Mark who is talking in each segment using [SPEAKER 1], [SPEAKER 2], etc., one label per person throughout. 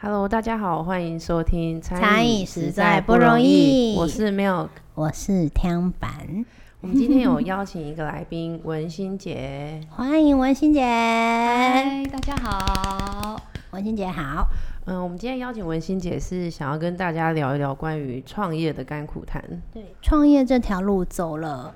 [SPEAKER 1] Hello，大家好，欢迎收听《
[SPEAKER 2] 餐饮实在不容易
[SPEAKER 1] 我是 Milk。
[SPEAKER 2] 我是汤板，
[SPEAKER 1] 我们今天有邀请一个来宾，文心姐。
[SPEAKER 2] 欢迎文心姐。
[SPEAKER 3] 嗨，大家好。
[SPEAKER 2] 文心姐好，
[SPEAKER 1] 嗯，我们今天邀请文心姐是想要跟大家聊一聊关于创业的甘苦谈。
[SPEAKER 2] 对，创业这条路走了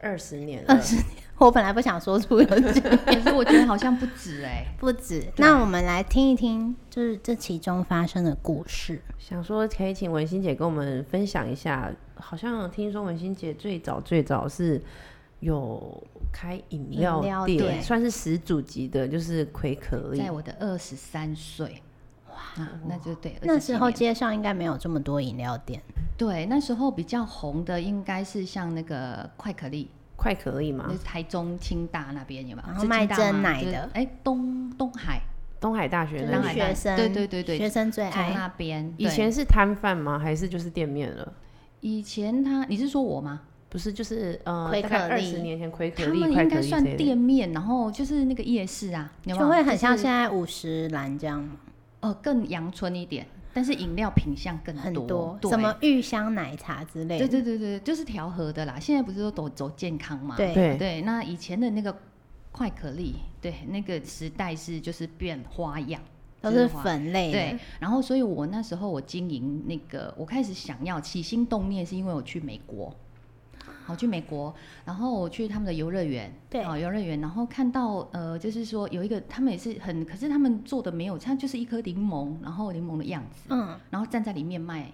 [SPEAKER 1] 二十年了
[SPEAKER 2] 二，十年， 我本来不想说出有几
[SPEAKER 3] 可是我觉得好像不止哎、
[SPEAKER 2] 不止。那我们来听一听，就是这其中发生的故事。
[SPEAKER 1] 想说可以请文心姐跟我们分享一下。好像听说文心姐最早最早是有开饮料
[SPEAKER 2] 饮料
[SPEAKER 1] 店，
[SPEAKER 2] 店
[SPEAKER 1] 算是始祖级的，就是葵可丽
[SPEAKER 3] 在。我的二十三岁，哇，那就对，
[SPEAKER 2] 那时候
[SPEAKER 3] 27年
[SPEAKER 2] 街上应该没有这么多饮料店，
[SPEAKER 3] 对那时候比较红的应该是像那个快可丽，
[SPEAKER 1] 快可丽
[SPEAKER 3] 那
[SPEAKER 1] 吗？
[SPEAKER 3] 是台中清大那边有没
[SPEAKER 2] 嗯
[SPEAKER 3] 有？
[SPEAKER 2] 然后
[SPEAKER 3] 是清
[SPEAKER 2] 卖
[SPEAKER 3] 大吗
[SPEAKER 2] 真奶
[SPEAKER 3] 就是
[SPEAKER 2] 的
[SPEAKER 3] 哎、东东海
[SPEAKER 1] 东海大学
[SPEAKER 2] 就
[SPEAKER 1] 那
[SPEAKER 3] 当
[SPEAKER 2] 是
[SPEAKER 1] 里
[SPEAKER 3] 然
[SPEAKER 2] 学生，
[SPEAKER 3] 对对对对
[SPEAKER 2] 学生哎最
[SPEAKER 3] 从
[SPEAKER 2] 爱。
[SPEAKER 3] 那边。
[SPEAKER 1] 以
[SPEAKER 3] 对
[SPEAKER 1] 前是摊贩吗？还是就是店面了？
[SPEAKER 3] 以前他，你是说我吗？
[SPEAKER 1] 不是，就是呃，
[SPEAKER 2] 奎
[SPEAKER 1] 大概
[SPEAKER 2] 可
[SPEAKER 1] 二
[SPEAKER 2] 丽
[SPEAKER 1] 十年前奎可
[SPEAKER 3] 他
[SPEAKER 1] 丽、
[SPEAKER 3] 们
[SPEAKER 1] 快
[SPEAKER 3] 应
[SPEAKER 1] 可
[SPEAKER 3] 该
[SPEAKER 1] 丽
[SPEAKER 3] 算
[SPEAKER 1] 这一类
[SPEAKER 3] 店面，然后就是那个夜市啊，有
[SPEAKER 2] 就
[SPEAKER 3] 没
[SPEAKER 2] 会
[SPEAKER 3] 有
[SPEAKER 2] 很像
[SPEAKER 3] 就是
[SPEAKER 2] 现在五十兰这样吗，
[SPEAKER 3] 呃更阳春一点，但是饮料品相更
[SPEAKER 2] 很
[SPEAKER 3] 多
[SPEAKER 2] 多，
[SPEAKER 3] 对
[SPEAKER 2] 什么玉香奶茶之类的。
[SPEAKER 3] 对对对对，就是调和的啦。现在不是都走走健康嘛？
[SPEAKER 2] 对
[SPEAKER 1] 对
[SPEAKER 3] 对，那以前的那个快可丽，对那个时代是就是变花样，
[SPEAKER 2] 都是
[SPEAKER 3] 花。
[SPEAKER 2] 粉类
[SPEAKER 3] 对
[SPEAKER 2] 的。，
[SPEAKER 3] 然后所以我那时候我经营那个，我开始想要起心动念，是因为我去美国。好，去美国，然后我去他们的游乐园，
[SPEAKER 2] 对
[SPEAKER 3] 哦，游乐园，然后看到呃，就是说有一个，他们也是很，可是他们做的没有，它就是一颗柠檬，然后柠檬的样子，
[SPEAKER 2] 嗯，
[SPEAKER 3] 然后站在里面卖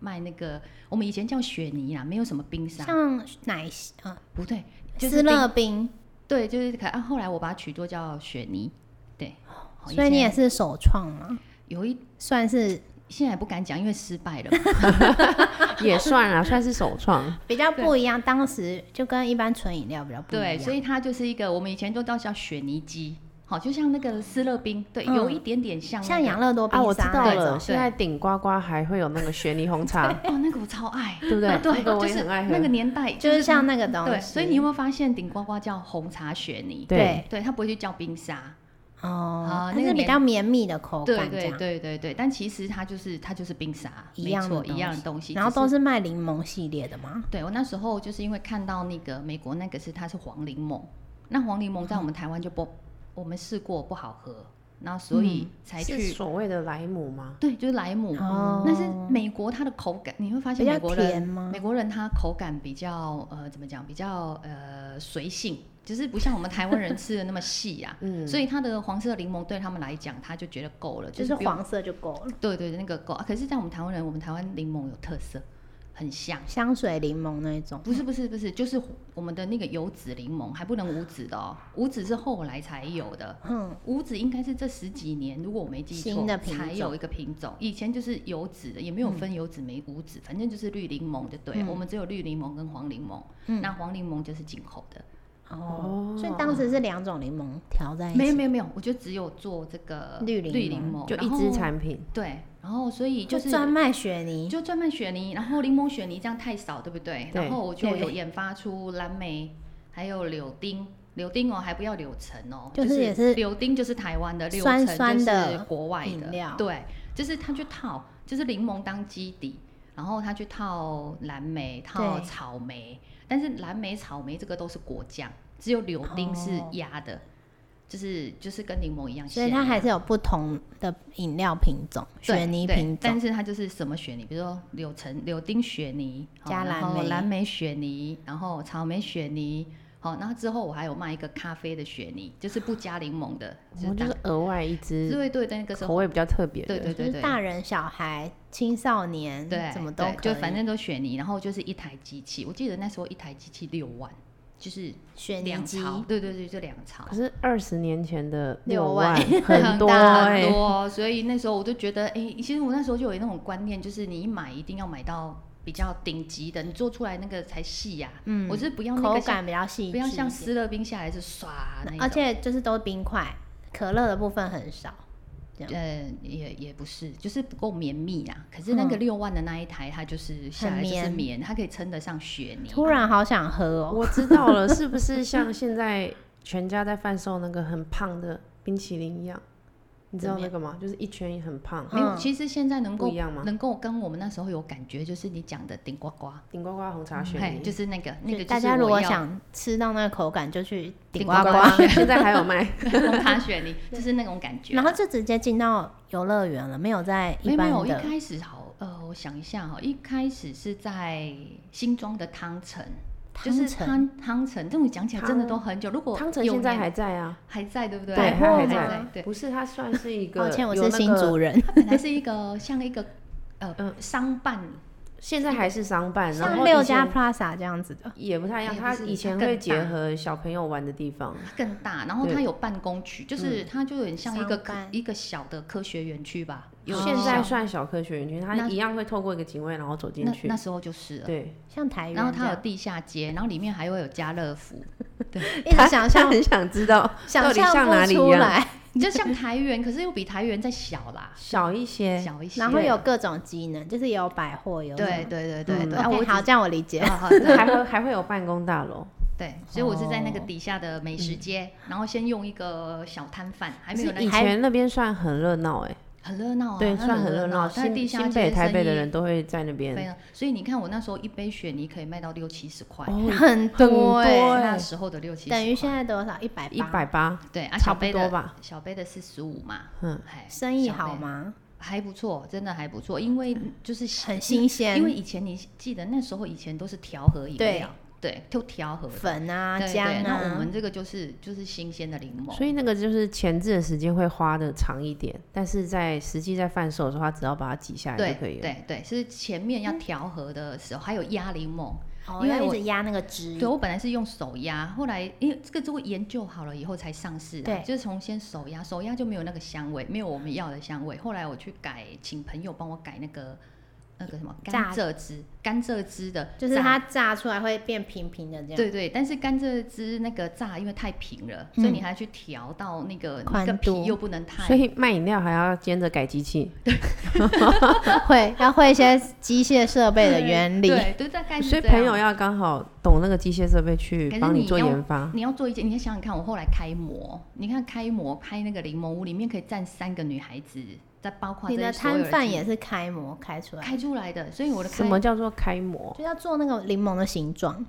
[SPEAKER 3] 卖那个，我们以前叫雪泥啦，没有什么冰沙，
[SPEAKER 2] 像奶啊，
[SPEAKER 3] 不对，就是
[SPEAKER 2] 斯
[SPEAKER 3] 冰
[SPEAKER 2] 乐冰，
[SPEAKER 3] 对，就是可啊。后来我把它取作叫雪泥，对。好
[SPEAKER 2] 所以你也
[SPEAKER 3] 哦前
[SPEAKER 2] 是首创吗？
[SPEAKER 3] 有一
[SPEAKER 2] 算是
[SPEAKER 3] 现在也不敢讲，因为失败了。
[SPEAKER 1] 也算啊，算是首创。
[SPEAKER 2] 比较
[SPEAKER 3] 对
[SPEAKER 2] 不一样，当时就跟一般纯饮料比较 不一样。
[SPEAKER 3] 对，所以它就是一个我们以前都叫叫雪泥机，好，就像那个斯乐冰，对，
[SPEAKER 2] 嗯
[SPEAKER 3] 有一点点像、那
[SPEAKER 2] 像
[SPEAKER 3] 个
[SPEAKER 2] 养乐多
[SPEAKER 1] 啊，我
[SPEAKER 2] 冰
[SPEAKER 1] 知
[SPEAKER 2] 沙
[SPEAKER 1] 道
[SPEAKER 2] 那
[SPEAKER 1] 了，
[SPEAKER 2] 种，
[SPEAKER 1] 现在顶呱呱还会有那个雪梨红茶，
[SPEAKER 3] 哦，那个我超爱，
[SPEAKER 1] 对不对？
[SPEAKER 3] 啊 对，
[SPEAKER 1] 那个我
[SPEAKER 3] 就
[SPEAKER 1] 也
[SPEAKER 3] 是
[SPEAKER 1] 很爱
[SPEAKER 3] 那
[SPEAKER 1] 喝
[SPEAKER 3] 个。年代
[SPEAKER 2] 就是像那个东西。
[SPEAKER 3] 对，所以你有没有发现顶呱呱叫红茶雪泥？
[SPEAKER 1] 对
[SPEAKER 2] 对
[SPEAKER 3] 对，它不会去叫冰沙，
[SPEAKER 2] 哦
[SPEAKER 3] 啊，
[SPEAKER 2] 它是
[SPEAKER 3] 那个
[SPEAKER 2] 比
[SPEAKER 3] 年
[SPEAKER 2] 较绵密的口
[SPEAKER 3] 对
[SPEAKER 2] 感这
[SPEAKER 3] 对
[SPEAKER 2] 样，
[SPEAKER 3] 对对对，但其实它就是它就是冰沙，
[SPEAKER 2] 一
[SPEAKER 3] 没
[SPEAKER 2] 样的
[SPEAKER 3] 错
[SPEAKER 2] 东
[SPEAKER 3] 一样的
[SPEAKER 2] 西
[SPEAKER 3] 东西，
[SPEAKER 2] 然后
[SPEAKER 3] 只是
[SPEAKER 2] 都是卖柠檬系列的嘛。
[SPEAKER 3] 对我那时候就是因为看到那个美国那个是它是黄柠檬，那黄柠檬在
[SPEAKER 2] 嗯
[SPEAKER 3] 我们台湾就不，我们试过不好喝，然后所以才
[SPEAKER 1] 是
[SPEAKER 3] 去、
[SPEAKER 1] 所谓的莱姆吗？。
[SPEAKER 3] 对，就是莱姆。
[SPEAKER 2] 嗯哦，
[SPEAKER 3] 嗯但是美国它的口感，你会发
[SPEAKER 2] 比
[SPEAKER 3] 现
[SPEAKER 2] 较
[SPEAKER 3] 美国人
[SPEAKER 2] 甜吗
[SPEAKER 3] 美？国人他口感比较呃怎么讲，比较呃随性，就是不像我们台湾人吃的那么细 啊
[SPEAKER 1] 嗯，
[SPEAKER 3] 所以它的黄色柠檬对他们来讲，他就觉得够了，
[SPEAKER 2] 就是是
[SPEAKER 3] 不用
[SPEAKER 2] 黄色就够了，
[SPEAKER 3] 对对对那个够、啊。可是，在我们台湾人，我们台湾柠檬有特色，很香。
[SPEAKER 2] 香水柠檬那一种。
[SPEAKER 3] 不是不是不是，就是我们的那个油脂柠檬还不能无籽的哦，无籽是后来才有的，
[SPEAKER 2] 嗯，
[SPEAKER 3] 无籽应该是这十几年，如果我没记
[SPEAKER 2] 新
[SPEAKER 3] 错
[SPEAKER 2] 的，品种
[SPEAKER 3] 才有一个品种。以前就是有籽的，也没有分有籽没无籽，反正就是绿柠檬就对了、
[SPEAKER 2] 嗯
[SPEAKER 3] 我们只有绿柠檬跟黄柠檬、
[SPEAKER 2] 嗯
[SPEAKER 3] 那黄柠檬就是进口的。
[SPEAKER 2] 哦，所以当时是两种柠檬调在一起，
[SPEAKER 3] 没有没有没有，我就只有做这个
[SPEAKER 2] 绿柠檬
[SPEAKER 3] 绿柠檬，
[SPEAKER 1] 就
[SPEAKER 3] 然
[SPEAKER 1] 一
[SPEAKER 3] 后
[SPEAKER 1] 支产品，
[SPEAKER 3] 对，然后所以
[SPEAKER 2] 就
[SPEAKER 3] 就是
[SPEAKER 2] 专卖雪泥，
[SPEAKER 3] 就专卖雪泥，然后柠檬雪泥这样太少，对不对？
[SPEAKER 1] 对
[SPEAKER 3] 然后我就
[SPEAKER 2] 对
[SPEAKER 3] 有研发出蓝莓，还有柳丁，柳丁哦，还不要柳橙哦，
[SPEAKER 2] 就是也是
[SPEAKER 3] 是柳丁就是台湾的，柳
[SPEAKER 2] 酸
[SPEAKER 3] 橙
[SPEAKER 2] 酸的
[SPEAKER 3] 就是国外
[SPEAKER 2] 饮
[SPEAKER 3] 的
[SPEAKER 2] 料
[SPEAKER 3] 对，就是它去套，就是柠檬当基底，然后它去套蓝莓、套
[SPEAKER 2] 对
[SPEAKER 3] 草莓，但是蓝莓、草莓这个都是果酱，只有柳丁是
[SPEAKER 2] 哦
[SPEAKER 3] 压的，就是就是跟柠檬一样
[SPEAKER 2] 所
[SPEAKER 3] 咸
[SPEAKER 2] 以
[SPEAKER 3] 的，
[SPEAKER 2] 它还是有不同的饮料品种，
[SPEAKER 3] 啊对
[SPEAKER 2] 雪泥
[SPEAKER 3] 对
[SPEAKER 2] 品
[SPEAKER 3] 但
[SPEAKER 2] 种。
[SPEAKER 3] 是它就是什么雪泥，比如说柳橙、柳丁雪泥，好
[SPEAKER 2] 加
[SPEAKER 3] 然
[SPEAKER 2] 蓝
[SPEAKER 3] 后
[SPEAKER 2] 莓
[SPEAKER 3] 蓝莓雪泥，然后草莓雪泥，好，然后之后我还有卖一个咖啡的雪泥，就是不加柠檬的，
[SPEAKER 1] 我
[SPEAKER 2] 哦
[SPEAKER 1] 们就是
[SPEAKER 3] 打
[SPEAKER 1] 额外一支
[SPEAKER 3] 对对对，那个时
[SPEAKER 1] 口
[SPEAKER 3] 候
[SPEAKER 1] 味比较特别
[SPEAKER 3] 对
[SPEAKER 1] 的。
[SPEAKER 3] 对
[SPEAKER 2] 就
[SPEAKER 3] 对
[SPEAKER 2] 是
[SPEAKER 3] 对。
[SPEAKER 2] 大人、小孩、青少年，
[SPEAKER 3] 对，
[SPEAKER 2] 怎么都
[SPEAKER 3] 对
[SPEAKER 2] 可以。
[SPEAKER 3] 就反正都雪泥，然后就是一台机器，我记得那时候一台机器六万，就是
[SPEAKER 2] 雪泥
[SPEAKER 3] 两
[SPEAKER 2] 机
[SPEAKER 3] 槽，对对对，就两槽
[SPEAKER 1] 可，是二十年前的
[SPEAKER 2] 六
[SPEAKER 1] 六
[SPEAKER 2] 万
[SPEAKER 1] 万很多
[SPEAKER 2] 大
[SPEAKER 3] 很
[SPEAKER 1] 哎，
[SPEAKER 3] 多，所以那时候我就觉得，哎、其实我那时候就有那种观念，就是你一买一定要买到比较顶级的，你做出来那个才细呀、
[SPEAKER 2] 嗯
[SPEAKER 3] 我是不要那
[SPEAKER 2] 口
[SPEAKER 3] 个像
[SPEAKER 2] 感比较细致，
[SPEAKER 3] 不要像，斯乐冰下来是唰那一
[SPEAKER 2] 而
[SPEAKER 3] 种，
[SPEAKER 2] 且就是都是冰块，可乐的部分很少。
[SPEAKER 3] 呃也也不是，就是不够绵密啊。可是那个六万的那一台，它就是下来就是
[SPEAKER 2] 很
[SPEAKER 3] 绵，它可以称得上雪泥。
[SPEAKER 2] 突然好想喝哦，
[SPEAKER 1] 我知道了，是不是像现在全家在贩售那个很胖的冰淇淋一样？你知道那个吗？就是一圈很胖，
[SPEAKER 3] 没有，其实现在能
[SPEAKER 1] 不
[SPEAKER 3] 够
[SPEAKER 1] 一样吗？
[SPEAKER 3] 能够跟我嗯们那时候有感觉，就是你讲的顶呱呱，
[SPEAKER 1] 顶呱呱红茶雪
[SPEAKER 3] 哎，
[SPEAKER 1] 梨，
[SPEAKER 3] 就是那个那个，
[SPEAKER 2] 大家如果 想吃到那个口感，就去顶
[SPEAKER 3] 顶
[SPEAKER 2] 呱
[SPEAKER 3] 呱
[SPEAKER 2] 呱，
[SPEAKER 1] 现在还有卖。
[SPEAKER 3] 红茶雪梨，就是那种感觉。
[SPEAKER 2] 然后就直接进到游乐园了，没有在
[SPEAKER 3] 没
[SPEAKER 2] 一
[SPEAKER 3] 有没
[SPEAKER 2] 般
[SPEAKER 3] 有，一
[SPEAKER 2] 的
[SPEAKER 3] 开始好，呃，我想一下哈，一开始是在新庄的汤城，就是
[SPEAKER 2] 汤城。
[SPEAKER 3] 汤汤城，这种讲起来真的都很久。如果
[SPEAKER 1] 汤臣
[SPEAKER 3] 有
[SPEAKER 1] 现在
[SPEAKER 3] 年
[SPEAKER 1] 还在啊，
[SPEAKER 3] 还在，对不对？
[SPEAKER 1] 对，
[SPEAKER 2] 百
[SPEAKER 1] 它
[SPEAKER 2] 货
[SPEAKER 1] 还
[SPEAKER 2] 吗
[SPEAKER 1] 在。
[SPEAKER 3] 对，
[SPEAKER 1] 不是，它算是一个。
[SPEAKER 2] 抱歉，我
[SPEAKER 1] 有
[SPEAKER 2] 是
[SPEAKER 1] 那
[SPEAKER 2] 新
[SPEAKER 1] 个
[SPEAKER 2] 族人。
[SPEAKER 3] 它本来是一个像 一个呃
[SPEAKER 1] 嗯
[SPEAKER 3] 商办，
[SPEAKER 1] 现在还是商办，
[SPEAKER 3] 啊
[SPEAKER 1] 然
[SPEAKER 2] 像
[SPEAKER 1] 后
[SPEAKER 2] 六
[SPEAKER 1] 以前
[SPEAKER 2] 家 Plaza 这样子的，
[SPEAKER 1] 也不太一样，
[SPEAKER 3] 也哎不
[SPEAKER 1] 它
[SPEAKER 3] 是
[SPEAKER 1] 以前
[SPEAKER 3] 它更
[SPEAKER 1] 会结
[SPEAKER 3] 大
[SPEAKER 1] 合小朋友玩的地方。
[SPEAKER 3] 它更大，然后
[SPEAKER 1] 对嗯
[SPEAKER 3] 它有办公区，就是它就很像一个
[SPEAKER 2] 商
[SPEAKER 3] 科
[SPEAKER 2] 办
[SPEAKER 3] 一个小的科学园区吧。有
[SPEAKER 1] 现在
[SPEAKER 3] 小
[SPEAKER 1] 算小科学园区，它
[SPEAKER 3] 那
[SPEAKER 1] 一样会透过一个警卫然后走进
[SPEAKER 3] 那
[SPEAKER 1] 去
[SPEAKER 3] 那。时候就是了。
[SPEAKER 1] 对，
[SPEAKER 2] 像台
[SPEAKER 3] 然
[SPEAKER 2] 湾
[SPEAKER 3] 后
[SPEAKER 2] 这
[SPEAKER 3] 它有
[SPEAKER 2] 样，
[SPEAKER 3] 地下街，然后里面还会有家 乐福，
[SPEAKER 2] 一直想象
[SPEAKER 1] 很想知道
[SPEAKER 2] 想
[SPEAKER 1] 到底像
[SPEAKER 2] 象
[SPEAKER 1] 哪
[SPEAKER 2] 不
[SPEAKER 1] 里
[SPEAKER 2] 出
[SPEAKER 1] 一样
[SPEAKER 2] 来，
[SPEAKER 3] 你就像台园，可是又比台园再小啦，
[SPEAKER 1] 小一些，
[SPEAKER 3] 小一些。
[SPEAKER 2] 然后有各种机能，就是有百货，有
[SPEAKER 3] 对对对对
[SPEAKER 1] 嗯
[SPEAKER 3] 对，
[SPEAKER 2] o
[SPEAKER 3] 啊我
[SPEAKER 2] k 好，
[SPEAKER 3] 只
[SPEAKER 2] 这样我理解。
[SPEAKER 3] 啊好 对
[SPEAKER 1] 还会还会有办公大楼，
[SPEAKER 3] 对，所以我是在那个
[SPEAKER 2] 哦
[SPEAKER 3] 底下的美食街，
[SPEAKER 1] 嗯
[SPEAKER 3] 然后先用一个小摊贩，还没
[SPEAKER 1] 是
[SPEAKER 3] 有那
[SPEAKER 1] 以
[SPEAKER 3] 个
[SPEAKER 1] 前那边算很热闹哎，
[SPEAKER 3] 很热闹啊，
[SPEAKER 1] 对，
[SPEAKER 3] 它
[SPEAKER 1] 算很热
[SPEAKER 3] 热
[SPEAKER 1] 闹，
[SPEAKER 3] 但是地
[SPEAKER 1] 新
[SPEAKER 3] 下
[SPEAKER 1] 新
[SPEAKER 3] 街
[SPEAKER 1] 北、台北的
[SPEAKER 3] 生意
[SPEAKER 1] 人都会在那
[SPEAKER 3] 非
[SPEAKER 1] 边。
[SPEAKER 3] 常，所以你看我那时候一杯雪泥可以卖到六七十块，
[SPEAKER 1] 哦，很
[SPEAKER 2] 很多
[SPEAKER 1] 多
[SPEAKER 2] 哎、
[SPEAKER 1] 欸
[SPEAKER 3] 那时候的六七十，
[SPEAKER 2] 等于现在多少？一百
[SPEAKER 1] 一 百八，
[SPEAKER 3] 对啊，
[SPEAKER 1] 差
[SPEAKER 3] 小
[SPEAKER 1] 不
[SPEAKER 3] 杯
[SPEAKER 1] 多
[SPEAKER 3] 的
[SPEAKER 1] 吧。
[SPEAKER 3] 小杯的四十五嘛，
[SPEAKER 1] 嗯
[SPEAKER 3] 哎，
[SPEAKER 2] 生意
[SPEAKER 3] 小
[SPEAKER 2] 好
[SPEAKER 3] 杯？
[SPEAKER 2] 吗？
[SPEAKER 3] 还不错，真的还不错，因为就是
[SPEAKER 2] 很新鲜，
[SPEAKER 3] 因为以前你记得那时候以前都是调和饮
[SPEAKER 2] 对
[SPEAKER 3] 料，对，就调和的
[SPEAKER 2] 粉啊、
[SPEAKER 3] 对
[SPEAKER 2] 姜
[SPEAKER 3] 对，
[SPEAKER 2] 啊，
[SPEAKER 3] 那我们这个就是就是新鲜的柠檬，
[SPEAKER 1] 所以那个就是前置的时间会花的长一点，但是在实际在贩售的时候，它只要把它挤下来
[SPEAKER 3] 对
[SPEAKER 1] 就可以了。
[SPEAKER 3] 对对，是前面要调和的时候，还有压柠檬。
[SPEAKER 2] 哦
[SPEAKER 3] 因为
[SPEAKER 2] 要一
[SPEAKER 3] 我
[SPEAKER 2] 直压那个汁，
[SPEAKER 3] 对我本来是用手压，后来因为这个就研究好了以后才上市、啊，
[SPEAKER 2] 对
[SPEAKER 3] 就是从先手压，手压就没有那个香味，没有我们要的香味。后来我去改，请朋友帮我改那个那个什么甘
[SPEAKER 2] 榨
[SPEAKER 3] 蔗汁，甘蔗汁的榨，
[SPEAKER 2] 就是它炸出来会变平平的这样。
[SPEAKER 3] 对对，但是甘蔗汁那个榨因为太平了，所以你还去调到那个那
[SPEAKER 2] 嗯宽
[SPEAKER 3] 个
[SPEAKER 2] 度
[SPEAKER 3] 皮又不能太
[SPEAKER 1] 所以卖饮料还要兼着改机器，
[SPEAKER 2] 会要会一些机械设备的原理。
[SPEAKER 3] 对对，大概是
[SPEAKER 1] 所以
[SPEAKER 3] 这样
[SPEAKER 1] 朋友要刚好懂那个机械设备去
[SPEAKER 3] 可是
[SPEAKER 1] 帮你
[SPEAKER 3] 你
[SPEAKER 1] 做
[SPEAKER 3] 要
[SPEAKER 1] 研发。
[SPEAKER 3] 你要做一件，你先想想看，我后来开模，你看开模拍那个柠檬屋，里面可以站三个女孩子，再包括
[SPEAKER 2] 你
[SPEAKER 3] 这
[SPEAKER 2] 的
[SPEAKER 3] 些所有
[SPEAKER 2] 摊贩
[SPEAKER 3] 机
[SPEAKER 2] 也是开模开出来，
[SPEAKER 3] 开出来的，所以我的
[SPEAKER 1] 什
[SPEAKER 3] 开
[SPEAKER 1] 么叫做开模？
[SPEAKER 2] 就要做那个柠檬的形状，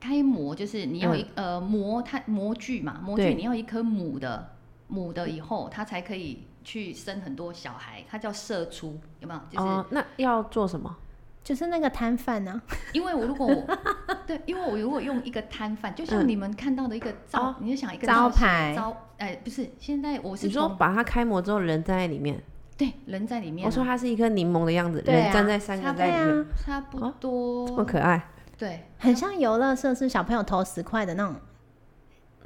[SPEAKER 3] 开模就是你要一、呃模它模具嘛，模具
[SPEAKER 1] 嗯对
[SPEAKER 3] 你要一颗母的，母的以后它才可以去生很多小孩，它叫射出，有没有？就是、
[SPEAKER 1] 哦，那要做什么？
[SPEAKER 2] 就是那个摊贩啊呢，
[SPEAKER 3] 因为我如 果我对，因为我如果用一个摊贩，就像
[SPEAKER 1] 嗯
[SPEAKER 3] 你们看到的一个招，
[SPEAKER 1] 哦
[SPEAKER 3] 你就想一个
[SPEAKER 2] 招
[SPEAKER 3] 型
[SPEAKER 2] 牌
[SPEAKER 3] 招，哎、不是，现在我是
[SPEAKER 1] 你说
[SPEAKER 3] 从
[SPEAKER 1] 把它开模之后，人站在里面。
[SPEAKER 3] 对人在里面啊、
[SPEAKER 1] 我说它是一颗柠檬的样子，
[SPEAKER 2] 对啊
[SPEAKER 1] 人站在三
[SPEAKER 3] 差
[SPEAKER 1] 个
[SPEAKER 3] 不
[SPEAKER 1] 在里面，
[SPEAKER 2] 多
[SPEAKER 3] 差不多，
[SPEAKER 1] 这么可爱。
[SPEAKER 3] 对，
[SPEAKER 2] 很像游乐设施，小朋友投十块的那种。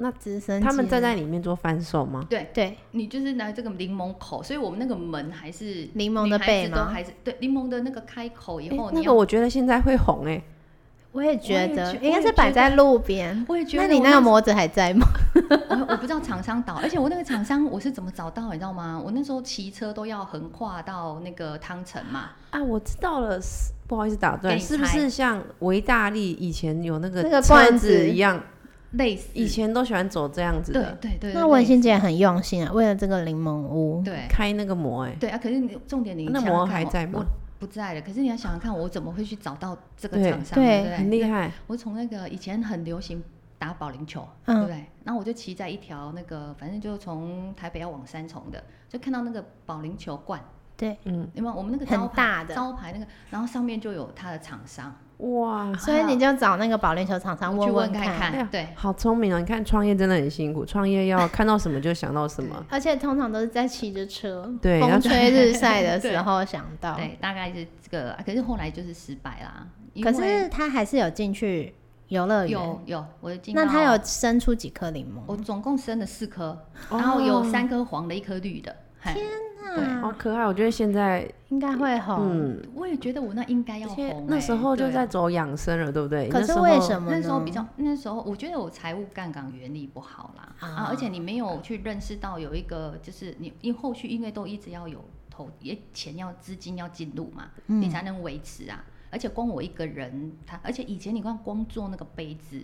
[SPEAKER 1] 那
[SPEAKER 2] 直升
[SPEAKER 1] 他们
[SPEAKER 2] 机啊
[SPEAKER 1] 站在里面做翻售吗？
[SPEAKER 2] 对
[SPEAKER 3] 你就是拿这个柠檬口，所以我们那个门还是
[SPEAKER 2] 柠檬的背
[SPEAKER 3] 女孩子都
[SPEAKER 2] 吗？
[SPEAKER 3] 还是对柠檬的那个开口以
[SPEAKER 1] 诶
[SPEAKER 3] 后，
[SPEAKER 1] 那
[SPEAKER 3] 你
[SPEAKER 1] 个
[SPEAKER 3] 要，
[SPEAKER 1] 我觉得现在会红哎、
[SPEAKER 2] 我也觉
[SPEAKER 3] 我
[SPEAKER 2] 得
[SPEAKER 3] 也觉
[SPEAKER 2] 应该是摆在路边。
[SPEAKER 3] 我也觉得
[SPEAKER 2] 那你那个模子还在吗？
[SPEAKER 3] 我我 不知道厂商倒，而且我那个厂商我是怎么找到，你知道吗？我那时候骑车都要横跨到那个汤城嘛，
[SPEAKER 1] 啊，我知道了，是不好意思打断，
[SPEAKER 3] 给你
[SPEAKER 1] 是不
[SPEAKER 3] 猜
[SPEAKER 1] 是像维大利以前有那个
[SPEAKER 2] 那个
[SPEAKER 1] 罐
[SPEAKER 2] 罐子
[SPEAKER 1] 一样，
[SPEAKER 3] 类似
[SPEAKER 1] 以前都喜欢走这样子
[SPEAKER 3] 对对
[SPEAKER 1] 的，
[SPEAKER 3] 对对，
[SPEAKER 2] 那文
[SPEAKER 3] 类似
[SPEAKER 2] 心姐很用心啊，为了这个柠檬屋，
[SPEAKER 3] 对
[SPEAKER 1] 开那个模哎、
[SPEAKER 3] 对啊，可是你重点你
[SPEAKER 1] 那
[SPEAKER 3] 想
[SPEAKER 1] 模
[SPEAKER 3] 想看
[SPEAKER 1] 还在
[SPEAKER 3] 我
[SPEAKER 1] 吗？
[SPEAKER 3] 不在了，可是你要想想看，我怎么会去找到这个
[SPEAKER 1] 对
[SPEAKER 3] 厂商？
[SPEAKER 2] 对
[SPEAKER 3] 对不对，
[SPEAKER 1] 很厉害，
[SPEAKER 3] 我从那个以前很流行打保龄球，
[SPEAKER 2] 嗯
[SPEAKER 3] 对不对？然后我就骑在一条那个，反正就从台北要往三重的，就看到那个保龄球罐，
[SPEAKER 2] 对，
[SPEAKER 1] 嗯，
[SPEAKER 3] 因为我们那个招
[SPEAKER 2] 很
[SPEAKER 3] 牌
[SPEAKER 2] 大的，
[SPEAKER 3] 招牌那个，然后上面就有它的厂商，
[SPEAKER 1] 哇，
[SPEAKER 2] 所以你就找那个保龄球厂商
[SPEAKER 3] 我去
[SPEAKER 2] 问
[SPEAKER 3] 问看
[SPEAKER 2] 看。
[SPEAKER 1] 哎呀
[SPEAKER 3] 看，对。
[SPEAKER 1] 好聪明哦！你看创业真的很辛苦，创业要看到什么就想到什么，
[SPEAKER 2] 而且通常都是在骑着车，
[SPEAKER 1] 对然
[SPEAKER 2] 风
[SPEAKER 1] 后
[SPEAKER 2] 吹日晒 的时候想到。
[SPEAKER 3] 对，大概是这个，啊可是后来就是失败啦。因
[SPEAKER 2] 可
[SPEAKER 3] 为
[SPEAKER 2] 是他还是有进去游乐园，
[SPEAKER 3] 有有，我进
[SPEAKER 2] 那
[SPEAKER 3] 到
[SPEAKER 2] 他有生出几颗柠
[SPEAKER 3] 我
[SPEAKER 2] 檬？
[SPEAKER 3] 总共生了四颗，
[SPEAKER 1] 哦
[SPEAKER 3] 然后有三颗黄的，一颗绿的。天，
[SPEAKER 2] 那
[SPEAKER 1] 哦好可爱。我觉得现在，
[SPEAKER 2] 应该会
[SPEAKER 3] 哦
[SPEAKER 2] 红。
[SPEAKER 1] 嗯，
[SPEAKER 3] 我也觉得我那应该要
[SPEAKER 1] 而且
[SPEAKER 3] 红欸。
[SPEAKER 1] 那时候就
[SPEAKER 3] 对啊
[SPEAKER 1] 在走养生了，对不对？
[SPEAKER 2] 可
[SPEAKER 1] 那时
[SPEAKER 2] 是
[SPEAKER 1] 候
[SPEAKER 2] 为什么呢？
[SPEAKER 3] 那时候比较，那时候我觉得我财务杠杆原理不好啦
[SPEAKER 2] 啊
[SPEAKER 3] 啊而且你没有去认识到有一个，就是你因为后续因为都一直要有投，也钱要资金要进入嘛，
[SPEAKER 2] 嗯
[SPEAKER 3] 你才能维持啊。而且光我一个人，他而且以前你看光做那个杯子，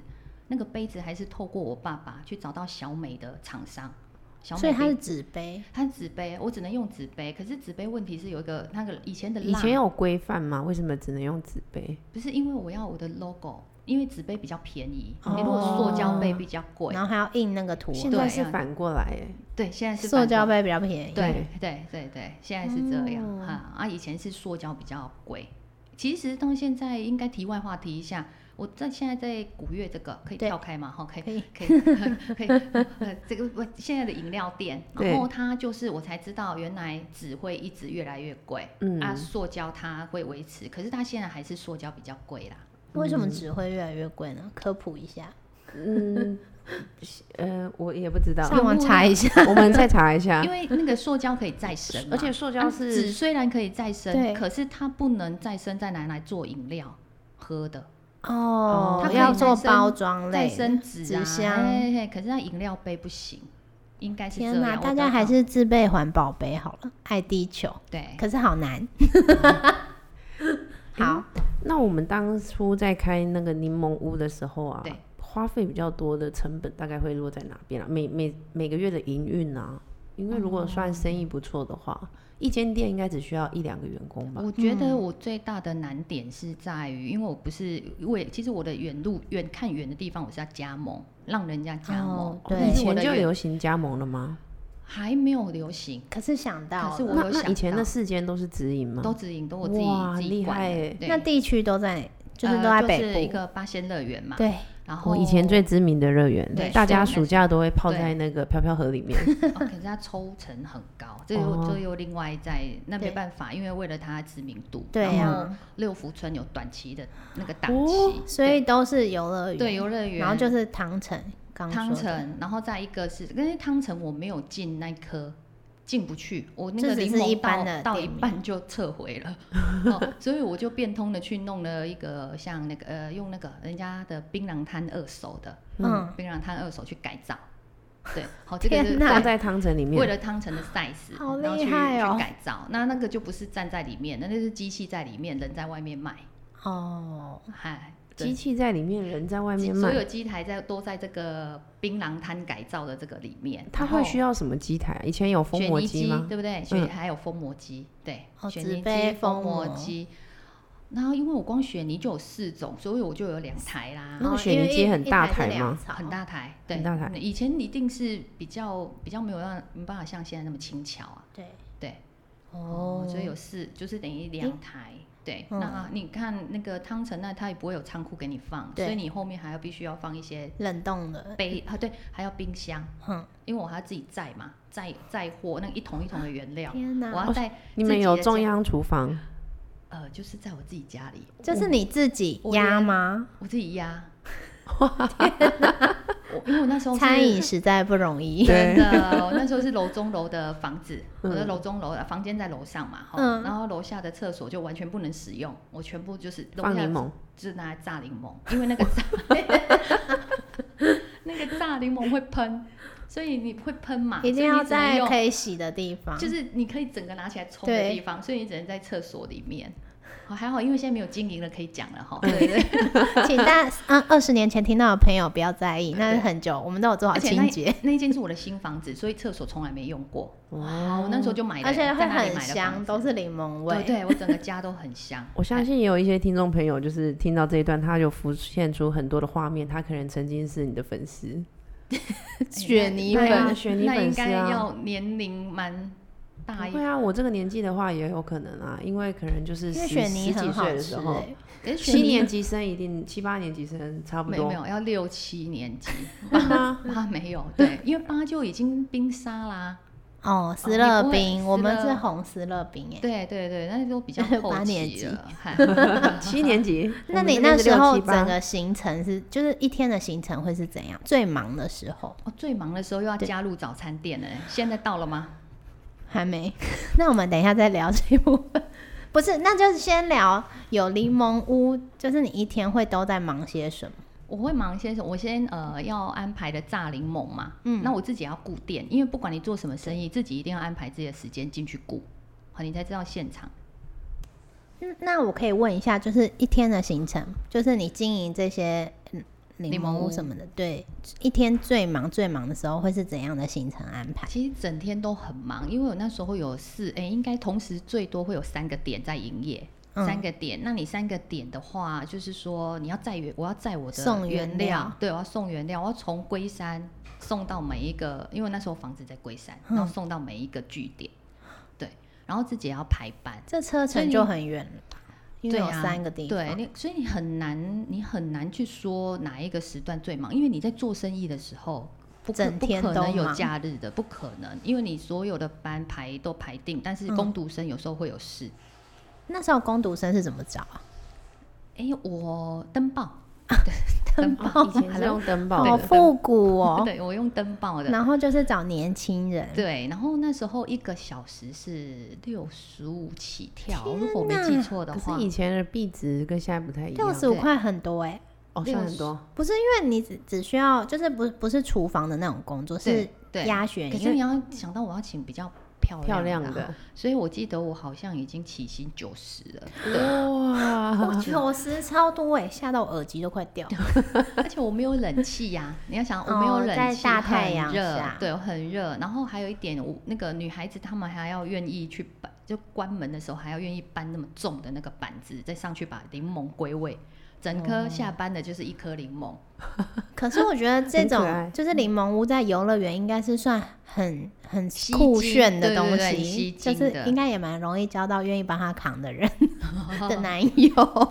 [SPEAKER 3] 那个杯子还是透过我爸爸去找到小美的厂商，小
[SPEAKER 2] 所以
[SPEAKER 3] 美
[SPEAKER 2] 它是
[SPEAKER 3] 冰。
[SPEAKER 2] 纸杯，
[SPEAKER 3] 它纸杯，我只能用纸杯。可是纸杯问题是有一个那个以前的
[SPEAKER 1] 以
[SPEAKER 3] 蜡，
[SPEAKER 1] 前有规范吗？为什么只能用纸杯？
[SPEAKER 3] 不是因为我要我的 logo，因为纸杯比较便宜，
[SPEAKER 1] 哦
[SPEAKER 3] 你如果塑胶杯比较贵。
[SPEAKER 2] 然后还要印那个图案，
[SPEAKER 1] 现在
[SPEAKER 3] 对
[SPEAKER 1] 是
[SPEAKER 3] 啊
[SPEAKER 1] 反过来哎、
[SPEAKER 3] 对，现在是
[SPEAKER 2] 塑
[SPEAKER 3] 反
[SPEAKER 2] 胶
[SPEAKER 3] 过
[SPEAKER 2] 杯比较便宜。
[SPEAKER 1] 嗯
[SPEAKER 3] 对对对对，现在是这样
[SPEAKER 2] 哦
[SPEAKER 3] 哈、啊，以前是塑胶比较贵。其实到现在应该题外话提一下，我在现在在古月这个可以
[SPEAKER 2] 对
[SPEAKER 3] 跳开嘛？哈，可以
[SPEAKER 2] 可以
[SPEAKER 3] 可以 可以，呃，这个我现在的饮料店，
[SPEAKER 1] 对
[SPEAKER 3] 然后它就是我才知道原来纸会一直越来越贵，
[SPEAKER 1] 嗯
[SPEAKER 3] 啊，塑胶它会维持，可是它现在还是塑胶比较贵啦。
[SPEAKER 2] 为
[SPEAKER 3] 嗯
[SPEAKER 2] 什么纸会越来越贵呢？科普一下，
[SPEAKER 1] 嗯，呃，我也不知
[SPEAKER 3] 啊
[SPEAKER 1] 道，
[SPEAKER 2] 上网查一下。
[SPEAKER 1] 我们再查一下
[SPEAKER 3] 因。为那个塑胶可以再生
[SPEAKER 1] 啊
[SPEAKER 3] 嘛，
[SPEAKER 1] 而且塑胶
[SPEAKER 3] 啊
[SPEAKER 1] 是
[SPEAKER 3] 纸虽然可以再
[SPEAKER 2] 对
[SPEAKER 3] 生，可是它不能再生再拿来做饮料喝的。
[SPEAKER 1] 哦
[SPEAKER 2] 哦，
[SPEAKER 1] 它
[SPEAKER 2] 要
[SPEAKER 1] 可以
[SPEAKER 2] 做
[SPEAKER 3] 再生
[SPEAKER 2] 包装
[SPEAKER 3] 再
[SPEAKER 2] 类的，
[SPEAKER 3] 生纸啊，
[SPEAKER 2] 纸箱
[SPEAKER 3] 嘿嘿可是那饮料杯不行，应该是这
[SPEAKER 2] 天哪，
[SPEAKER 3] 样。
[SPEAKER 2] 大
[SPEAKER 3] 我
[SPEAKER 2] 家
[SPEAKER 3] 刚
[SPEAKER 2] 还
[SPEAKER 3] 好
[SPEAKER 2] 是自备环保杯好了，爱地球，
[SPEAKER 3] 对
[SPEAKER 2] 可是好 难。
[SPEAKER 3] 嗯
[SPEAKER 2] 好，
[SPEAKER 1] 那我们当初在开那个柠檬屋的时候啊
[SPEAKER 3] 对，
[SPEAKER 1] 花费比较多的成本大概会落在哪边啊？每每每个月的营运啊，因为如
[SPEAKER 3] 哦
[SPEAKER 1] 果算生意不错的话，一间店应该只需要一两个员工吧？
[SPEAKER 3] 我觉
[SPEAKER 2] 嗯
[SPEAKER 3] 得我最大的难点是在于，因为我不是因为其实我的远路远看远的地方，我是要加盟，让人家加盟，
[SPEAKER 2] 哦
[SPEAKER 1] 以
[SPEAKER 2] 对
[SPEAKER 3] 可是我
[SPEAKER 1] 前
[SPEAKER 3] 的
[SPEAKER 1] 就
[SPEAKER 3] 远
[SPEAKER 1] 流行加盟了吗？
[SPEAKER 3] 还没有流行，
[SPEAKER 2] 可是想到
[SPEAKER 3] 可是
[SPEAKER 2] 了
[SPEAKER 3] 我
[SPEAKER 1] 那
[SPEAKER 3] 有
[SPEAKER 1] 那
[SPEAKER 3] 想
[SPEAKER 1] 以前
[SPEAKER 3] 到
[SPEAKER 1] 那四间都是直营
[SPEAKER 2] 嗯
[SPEAKER 1] 吗？
[SPEAKER 3] 都直营都我自己
[SPEAKER 1] 哇
[SPEAKER 3] 自己
[SPEAKER 1] 厉
[SPEAKER 3] 管
[SPEAKER 1] 害
[SPEAKER 3] 的
[SPEAKER 1] 欸
[SPEAKER 3] 对
[SPEAKER 2] 那地区都在，就是
[SPEAKER 3] 呃
[SPEAKER 2] 都在
[SPEAKER 3] 就是一
[SPEAKER 2] 北部，
[SPEAKER 3] 个八仙乐园嘛，
[SPEAKER 2] 对，
[SPEAKER 3] 然后
[SPEAKER 1] 我以前最知名的乐园
[SPEAKER 3] 对，
[SPEAKER 1] 大家
[SPEAKER 3] 所以
[SPEAKER 1] 暑假都会泡
[SPEAKER 3] 对
[SPEAKER 1] 在那个飘飘河里 面。
[SPEAKER 3] 哦，可是它抽成很高，这又
[SPEAKER 1] 哦
[SPEAKER 3] 这又另外在那没
[SPEAKER 2] 对
[SPEAKER 3] 办法，因为为了它知名度，
[SPEAKER 2] 对
[SPEAKER 3] 然后
[SPEAKER 2] 啊
[SPEAKER 3] 六福村有短期的那个档
[SPEAKER 1] 哦
[SPEAKER 3] 期，
[SPEAKER 2] 所以都是游乐
[SPEAKER 3] 对对
[SPEAKER 2] 园，
[SPEAKER 3] 游乐园，
[SPEAKER 2] 然后就是汤臣，刚
[SPEAKER 3] 汤
[SPEAKER 2] 说的，
[SPEAKER 3] 城，然后再一个是，因为汤城我没有进那一颗。进不去，我那
[SPEAKER 2] 这
[SPEAKER 3] 个
[SPEAKER 2] 只
[SPEAKER 3] 柠
[SPEAKER 2] 是一
[SPEAKER 3] 檬
[SPEAKER 2] 般的
[SPEAKER 3] 到到
[SPEAKER 2] 店
[SPEAKER 3] 一
[SPEAKER 2] 名
[SPEAKER 3] 半就撤回 了、哦，所以我就变通的去弄了一个像那个呃，用那个人家的槟榔摊二手的
[SPEAKER 2] 嗯，
[SPEAKER 3] 槟榔摊二手去改造，对， 好、这个
[SPEAKER 2] 天
[SPEAKER 3] 是
[SPEAKER 2] 哪
[SPEAKER 1] 泡
[SPEAKER 3] 在
[SPEAKER 1] 在汤城里
[SPEAKER 3] 为
[SPEAKER 1] 面，
[SPEAKER 3] 了汤臣的 size，
[SPEAKER 2] 好
[SPEAKER 3] 然后
[SPEAKER 2] 厉
[SPEAKER 3] 去
[SPEAKER 2] 害哦
[SPEAKER 3] 去改造。那那个就不是站在里面，那就是机器在里面，人在外面卖。
[SPEAKER 2] 哦，
[SPEAKER 3] 嗨，对
[SPEAKER 1] 机器在里面，人在外
[SPEAKER 3] 机
[SPEAKER 1] 面
[SPEAKER 3] 所有
[SPEAKER 1] 卖。
[SPEAKER 3] 机台在都在这个槟榔摊改造的这个里面。
[SPEAKER 1] 它会需要什么机台啊？以前有
[SPEAKER 3] 然后
[SPEAKER 1] 封
[SPEAKER 3] 卷
[SPEAKER 1] 膜
[SPEAKER 3] 泥
[SPEAKER 1] 机
[SPEAKER 3] 机，
[SPEAKER 1] 吗？嗯
[SPEAKER 3] 对不对？雪还有封膜机，对，
[SPEAKER 2] 哦
[SPEAKER 3] 雪
[SPEAKER 2] 纸
[SPEAKER 3] 泥机
[SPEAKER 2] 杯、
[SPEAKER 3] 封
[SPEAKER 2] 封
[SPEAKER 3] 膜
[SPEAKER 2] 膜
[SPEAKER 3] 机。然后因为我光雪泥就有四种，所以我就有两台啦。
[SPEAKER 1] 那个
[SPEAKER 2] 哦
[SPEAKER 1] 雪
[SPEAKER 2] 因
[SPEAKER 1] 泥
[SPEAKER 2] 为
[SPEAKER 1] 机
[SPEAKER 2] 一
[SPEAKER 1] 很
[SPEAKER 2] 一
[SPEAKER 1] 大
[SPEAKER 2] 台是
[SPEAKER 1] 台
[SPEAKER 2] 粮
[SPEAKER 1] 吗
[SPEAKER 2] 草
[SPEAKER 3] 很大台，对，
[SPEAKER 1] 嗯很大台
[SPEAKER 3] 以前一定是比较比较没有让没办法像现在那么轻巧啊，
[SPEAKER 2] 对，
[SPEAKER 3] 对。
[SPEAKER 2] 哦
[SPEAKER 3] 哦，，所以有四，就是等于两台。对，
[SPEAKER 2] 嗯
[SPEAKER 3] 那你看那个汤臣那，它也不会有仓库给你放，所
[SPEAKER 2] 对
[SPEAKER 3] 以你后面还要必须要放一些
[SPEAKER 2] 冷冻的，
[SPEAKER 3] 杯啊，对，还要冰箱，
[SPEAKER 2] 哼，
[SPEAKER 3] 因为我还要自己载嘛，载载货那一桶一桶的原料，
[SPEAKER 2] 天
[SPEAKER 3] 我
[SPEAKER 2] 哪，
[SPEAKER 3] 要带
[SPEAKER 1] 你们有
[SPEAKER 3] 自己的家
[SPEAKER 1] 中央厨 房？
[SPEAKER 3] 呃，就是在我自己家里，
[SPEAKER 2] 就是你自己
[SPEAKER 3] 我
[SPEAKER 2] 压
[SPEAKER 3] 连
[SPEAKER 2] 吗？
[SPEAKER 3] 我自己压。 我因为我那时候是
[SPEAKER 2] 餐饮实在不容易，
[SPEAKER 3] 真的，我那时候是楼中楼的房子，
[SPEAKER 1] 嗯
[SPEAKER 3] 我的楼中楼呃房间在楼上嘛，哈、
[SPEAKER 2] 嗯
[SPEAKER 3] 然后楼下的厕所就完全不能使用，我全部就是楼
[SPEAKER 1] 放
[SPEAKER 3] 下
[SPEAKER 1] 柠檬，哦
[SPEAKER 3] 就是拿来榨柠檬，因为那个 榨那个榨柠檬会喷，所以你会喷嘛，
[SPEAKER 2] 一定
[SPEAKER 3] 所以
[SPEAKER 2] 要
[SPEAKER 3] 你只能
[SPEAKER 2] 在
[SPEAKER 3] 用
[SPEAKER 2] 可以洗的地方，
[SPEAKER 3] 就是你可以整个拿起来冲的
[SPEAKER 2] 对
[SPEAKER 3] 地方，所以你只能在厕所里面。好，还好，因为现在没有经营了，可以讲了哈。
[SPEAKER 1] 嗯
[SPEAKER 3] 对 对，
[SPEAKER 2] 请大家嗯二十年前听到的朋友不要在意，那是
[SPEAKER 3] 对
[SPEAKER 2] 很久，我们都有做好
[SPEAKER 3] 而且
[SPEAKER 2] 清洁
[SPEAKER 3] 那，那一间是我的新房子，所以厕所从来没用过。哦
[SPEAKER 1] 哇
[SPEAKER 3] 我那时候就买了，
[SPEAKER 2] 哦而且会
[SPEAKER 3] 在那里
[SPEAKER 2] 很
[SPEAKER 3] 买的
[SPEAKER 2] 香，
[SPEAKER 3] 房子
[SPEAKER 2] 都是柠檬味。
[SPEAKER 3] 对对，我整个家都很香
[SPEAKER 1] 。我相信也有一些听众朋友，就是听到这一段，他就浮现出很多的画面，他可能曾经是你的粉丝。
[SPEAKER 3] 哎
[SPEAKER 2] 雪泥
[SPEAKER 1] 对啊
[SPEAKER 2] 粉，
[SPEAKER 1] 雪泥
[SPEAKER 3] 那应
[SPEAKER 1] 粉丝
[SPEAKER 3] 该
[SPEAKER 1] 啊。
[SPEAKER 3] 要年龄蛮大一
[SPEAKER 1] 对啊，我这个年纪的话也有可能啊，因为可能就是
[SPEAKER 2] 因
[SPEAKER 1] 十
[SPEAKER 2] 为雪泥
[SPEAKER 1] 十几
[SPEAKER 2] 很好
[SPEAKER 1] 岁的
[SPEAKER 2] 吃、
[SPEAKER 1] 时候，
[SPEAKER 2] 欸，
[SPEAKER 3] 诶雪
[SPEAKER 1] 七
[SPEAKER 3] 泥
[SPEAKER 1] 年级生一定七八年级生差不
[SPEAKER 3] 没有
[SPEAKER 1] 多
[SPEAKER 3] 没，有，要六七年 级
[SPEAKER 1] 会吗？
[SPEAKER 3] 八没有，对，因为八就已经冰沙啦。
[SPEAKER 2] 哦，
[SPEAKER 3] 你
[SPEAKER 2] 斯乐
[SPEAKER 3] 不会
[SPEAKER 2] 冰，我
[SPEAKER 3] 斯
[SPEAKER 2] 们
[SPEAKER 3] 乐
[SPEAKER 2] 是红斯乐冰哎、
[SPEAKER 3] 对对对，那都比较
[SPEAKER 2] 八
[SPEAKER 3] 后
[SPEAKER 2] 年
[SPEAKER 3] 期
[SPEAKER 2] 级，
[SPEAKER 3] 了。哎嗨
[SPEAKER 1] 七年级
[SPEAKER 2] 那
[SPEAKER 1] 我们
[SPEAKER 2] 你
[SPEAKER 1] 这边
[SPEAKER 2] 那
[SPEAKER 1] 是
[SPEAKER 2] 时
[SPEAKER 1] 六
[SPEAKER 2] 候
[SPEAKER 1] 七八
[SPEAKER 2] 整个行程是，就是一天的行程会是怎样？最忙的时候
[SPEAKER 3] 我哦最忙的时候又要
[SPEAKER 2] 对
[SPEAKER 3] 加入早餐店了，现在到了吗？
[SPEAKER 2] 还没，那我们等一下再聊这一部分。不是，那就是先聊有柠檬屋，就是你一天会都在忙些什么？
[SPEAKER 3] 我会忙些什么？我先呃要安排的炸柠檬嘛，
[SPEAKER 2] 嗯
[SPEAKER 3] 那我自己也要顾店，因为不管你做什么生意，自己一定要安排自己的时间进去顾，好，你才知道现场。
[SPEAKER 2] 嗯那我可以问一下，就是一天的行程，就是你经营这些嗯柠
[SPEAKER 3] 柠
[SPEAKER 2] 檬
[SPEAKER 3] 檬
[SPEAKER 2] 屋
[SPEAKER 3] 屋
[SPEAKER 2] 什么的，对，一天最忙最忙的时候会是怎样的行程安排？
[SPEAKER 3] 其实整天都很忙，因为我那时候有四，哎、应该同时最多会有三个点在营业。
[SPEAKER 2] 嗯
[SPEAKER 3] 三个点，那你三个点的话，就是说你要载原，我要载我的
[SPEAKER 2] 送原
[SPEAKER 3] 原
[SPEAKER 2] 料
[SPEAKER 3] 对，我要送原料，我要从龟山送到每一个，因为那时候房子在龟山，
[SPEAKER 2] 嗯
[SPEAKER 3] 然后送到每一个据点，对，然后自己也要排班，
[SPEAKER 2] 这车
[SPEAKER 3] 所以
[SPEAKER 2] 程
[SPEAKER 3] 你
[SPEAKER 2] 就很远了吧，因为
[SPEAKER 3] 对
[SPEAKER 2] 有
[SPEAKER 3] 啊
[SPEAKER 2] 三个地方，
[SPEAKER 3] 对，你所以你很难，你很难去说哪一个时段最忙，因为你在做生意的时候，不可
[SPEAKER 2] 整天
[SPEAKER 3] 不可
[SPEAKER 2] 都
[SPEAKER 3] 能有
[SPEAKER 2] 忙
[SPEAKER 3] 假日的，不可能，因为你所有的班排都排定，但是
[SPEAKER 2] 嗯
[SPEAKER 3] 工读生有时候会有事。
[SPEAKER 2] 那时候工读生是怎么找啊？
[SPEAKER 3] 哎、我登报，
[SPEAKER 1] 灯泡哦以前是用灯泡
[SPEAKER 2] 好
[SPEAKER 1] 的，
[SPEAKER 2] 复古哦。
[SPEAKER 3] 对我用登报的。
[SPEAKER 2] 然后就是找年轻人，
[SPEAKER 3] 对，然后那时候一个小时是六十五起跳，如果我没
[SPEAKER 2] 哪
[SPEAKER 3] 记错的
[SPEAKER 1] 可
[SPEAKER 3] 话
[SPEAKER 1] 是，以前的币值跟现在不太一样
[SPEAKER 2] 六，十五
[SPEAKER 3] 对
[SPEAKER 2] 块很多哎、
[SPEAKER 1] 哦，算很多。
[SPEAKER 2] 不是因为你只只需要就是不不是厨房的那种工作，是
[SPEAKER 3] 对对。
[SPEAKER 2] 压选，
[SPEAKER 3] 可
[SPEAKER 2] 因
[SPEAKER 3] 是
[SPEAKER 2] 为
[SPEAKER 3] 你要想到我要请比较漂
[SPEAKER 1] 漂亮
[SPEAKER 3] 亮的啊，
[SPEAKER 1] 的，
[SPEAKER 3] 所以我记得我好像已经起薪九十了。
[SPEAKER 2] 哦
[SPEAKER 1] 哇，
[SPEAKER 2] 我九十超多哎、吓到我耳机都快掉。
[SPEAKER 3] 而且我没有冷气呀、 你要想我没
[SPEAKER 2] 哦
[SPEAKER 3] 有冷
[SPEAKER 2] 在
[SPEAKER 3] 气，
[SPEAKER 2] 大太阳
[SPEAKER 3] 很热
[SPEAKER 2] 下，
[SPEAKER 3] 对，很热。然后还有一点，我那个女孩子她们还要愿意去搬，就关门的时候还要愿意搬那么重的那个板子，再上去把柠檬归位。整
[SPEAKER 2] 哦
[SPEAKER 3] 颗下班的就是一颗柠檬，
[SPEAKER 2] 可是我觉得这
[SPEAKER 1] 很可爱
[SPEAKER 2] 种就是柠檬屋在游乐园应该是算很很
[SPEAKER 3] 吸
[SPEAKER 2] 酷
[SPEAKER 3] 睛
[SPEAKER 2] 炫的
[SPEAKER 3] 对对
[SPEAKER 2] 东
[SPEAKER 3] 对
[SPEAKER 2] 西，
[SPEAKER 3] 吸
[SPEAKER 2] 就
[SPEAKER 3] 睛
[SPEAKER 2] 是
[SPEAKER 3] 的
[SPEAKER 2] 应该也蛮容易交到愿意帮他扛的 人的男友。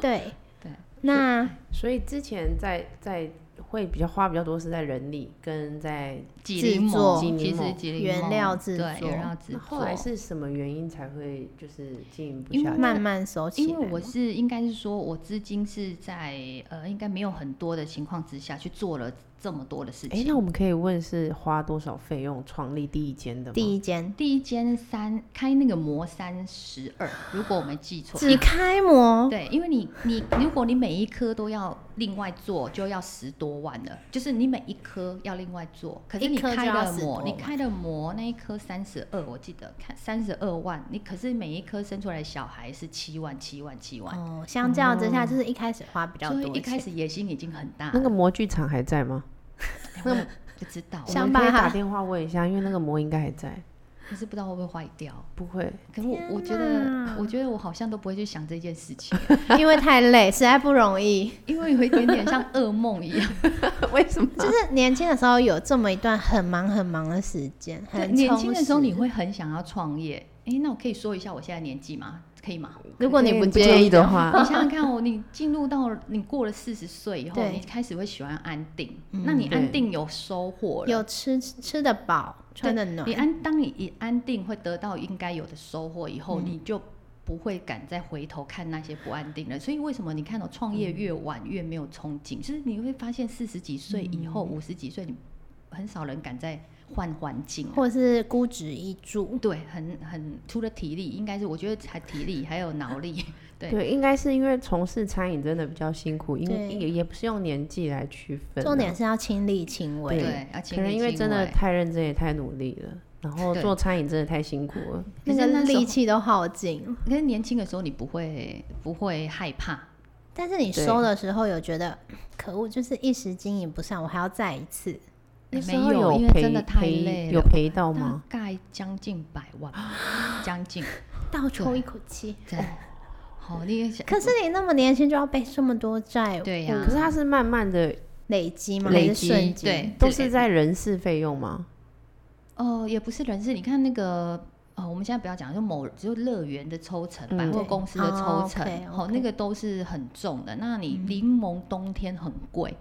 [SPEAKER 2] 对
[SPEAKER 3] 对，
[SPEAKER 2] 那
[SPEAKER 1] 所以之前在在会比较花比较多是在人力跟在，
[SPEAKER 3] 挤
[SPEAKER 2] 制
[SPEAKER 3] 柠
[SPEAKER 2] 作
[SPEAKER 3] 檬，其
[SPEAKER 1] 挤柠
[SPEAKER 3] 实
[SPEAKER 1] 檬
[SPEAKER 3] 挤柠檬
[SPEAKER 2] 原料制
[SPEAKER 3] 对
[SPEAKER 2] 作
[SPEAKER 3] 原料制
[SPEAKER 1] 那
[SPEAKER 3] 作。
[SPEAKER 1] 后来是什么原因才会就是经营不
[SPEAKER 3] 因为
[SPEAKER 1] 下去？
[SPEAKER 2] 慢慢收起来
[SPEAKER 3] 因
[SPEAKER 2] 嘛。
[SPEAKER 3] 为我是应该是说，我资金是在呃，应该没有很多的情况之下去做了这么多的事
[SPEAKER 1] 哎、
[SPEAKER 3] 情。
[SPEAKER 1] 那我们可以问是花多少费用创立第一间的吗？
[SPEAKER 2] 第一间
[SPEAKER 3] 第一间三开那个模三十二，如果我没记错，
[SPEAKER 2] 只开模，
[SPEAKER 3] 对，因为你你如果你每一颗都要另外做，就要十多万了，就是你每一颗要另外做。可是
[SPEAKER 2] 一
[SPEAKER 3] 你
[SPEAKER 2] 颗就
[SPEAKER 3] 开
[SPEAKER 2] 要
[SPEAKER 3] 的
[SPEAKER 2] 10多
[SPEAKER 3] 模，你
[SPEAKER 2] 万
[SPEAKER 3] 开的模那一颗三十二，我记得看三十二万，你可是每一颗生出来的小孩是七万七万七万，
[SPEAKER 2] 哦，相较之下就是一开始花比较
[SPEAKER 3] 所以
[SPEAKER 2] 多
[SPEAKER 3] 一开
[SPEAKER 2] 钱。
[SPEAKER 3] 始野心已经很大了。
[SPEAKER 1] 那个模具厂还在吗？
[SPEAKER 3] 那 不知道，
[SPEAKER 1] 我
[SPEAKER 2] 想
[SPEAKER 1] 们
[SPEAKER 2] 把
[SPEAKER 1] 可以
[SPEAKER 2] 它
[SPEAKER 1] 打电话问一下，因为那个膜应该还在。
[SPEAKER 3] 可是不知道会不会坏掉。
[SPEAKER 1] 不会，
[SPEAKER 3] 可是我我觉
[SPEAKER 2] 天
[SPEAKER 3] 得，我觉得我好像都不会去想这件事情，
[SPEAKER 2] 因为太累，实在不容 易。
[SPEAKER 3] 因为有一点点像噩梦一样。
[SPEAKER 1] 为 什么？
[SPEAKER 2] 就是年轻的时候有这么一段很忙很忙的时间，
[SPEAKER 3] 对，
[SPEAKER 2] 很
[SPEAKER 3] 年轻
[SPEAKER 2] 充
[SPEAKER 3] 的时候
[SPEAKER 2] 实
[SPEAKER 3] 你会很想要创业。诶，那我可以说一下我现在年纪吗？可以吗？
[SPEAKER 2] 如果你
[SPEAKER 1] 不
[SPEAKER 2] 不介意
[SPEAKER 1] 意的话，
[SPEAKER 3] 你想想看哦，你进入到你过了四十岁以后，
[SPEAKER 2] 对
[SPEAKER 3] 你开始会喜欢安定。
[SPEAKER 2] 嗯
[SPEAKER 3] 那你
[SPEAKER 1] 对
[SPEAKER 3] 安定有收获
[SPEAKER 2] 有
[SPEAKER 3] 了，
[SPEAKER 2] 吃吃得饱，穿得暖
[SPEAKER 3] 你，安当你一安定会得到应该有的收获以
[SPEAKER 2] 嗯
[SPEAKER 3] 后，你就不会敢再回头看那些不安定了。所以为什么你看到创
[SPEAKER 2] 嗯
[SPEAKER 3] 业越晚越没有憧憬？就是你会发现四十几岁以
[SPEAKER 2] 嗯
[SPEAKER 3] 后、五十几岁，你很少人敢再换环境了。
[SPEAKER 2] 或是孤止一注。
[SPEAKER 3] 对，很很除了体力，应该是我觉得还体力还有脑力， 对
[SPEAKER 1] 对，应该是因为从事餐饮真的比较辛苦，因
[SPEAKER 2] 对
[SPEAKER 1] 为也也不是用年纪来区分啊。
[SPEAKER 2] 重点是要亲力亲为。
[SPEAKER 1] 对
[SPEAKER 3] 对，而且
[SPEAKER 1] 可能因为真的太认真也太努力了，然后
[SPEAKER 3] 对
[SPEAKER 1] 做餐饮真的太辛苦了。
[SPEAKER 2] 那
[SPEAKER 3] 可
[SPEAKER 2] 个
[SPEAKER 3] 是那时候
[SPEAKER 2] 力气都耗尽了，
[SPEAKER 3] 可是年轻的时候你不会不会害怕，
[SPEAKER 2] 但是你
[SPEAKER 1] 对
[SPEAKER 2] 收的时候有觉得可恶，就是一时经营不善，我还要再一次。
[SPEAKER 1] 那
[SPEAKER 3] 没
[SPEAKER 1] 时候
[SPEAKER 3] 有，因为
[SPEAKER 1] 赔
[SPEAKER 3] 真的太
[SPEAKER 1] 赔
[SPEAKER 3] 累
[SPEAKER 1] 有
[SPEAKER 3] 了，
[SPEAKER 1] 赔到
[SPEAKER 3] 大
[SPEAKER 1] 吗？
[SPEAKER 3] 概将近百 万吧，将近，
[SPEAKER 2] 倒抽
[SPEAKER 3] 对
[SPEAKER 2] 一口气。
[SPEAKER 3] 真
[SPEAKER 1] 哦
[SPEAKER 3] 的。好，你也想，
[SPEAKER 2] 可是你那么年轻就要背这么多债务，
[SPEAKER 3] 对呀、啊
[SPEAKER 1] 可是它是慢慢的，
[SPEAKER 2] 累积吗？
[SPEAKER 1] 累
[SPEAKER 2] 还是
[SPEAKER 1] 积
[SPEAKER 2] 瞬间？
[SPEAKER 3] 对
[SPEAKER 1] 都是在人事费用吗？
[SPEAKER 3] 哦，也不是人事，你看那个。呃，我们现在不要讲，就某就乐园的抽成、
[SPEAKER 1] 嗯
[SPEAKER 3] 百货
[SPEAKER 2] 对
[SPEAKER 3] 公司的
[SPEAKER 2] 哦
[SPEAKER 3] 抽成，
[SPEAKER 2] ，OK，OK
[SPEAKER 3] 好、那个都是很重的。那
[SPEAKER 1] 嗯
[SPEAKER 3] 你柠檬冬天很贵，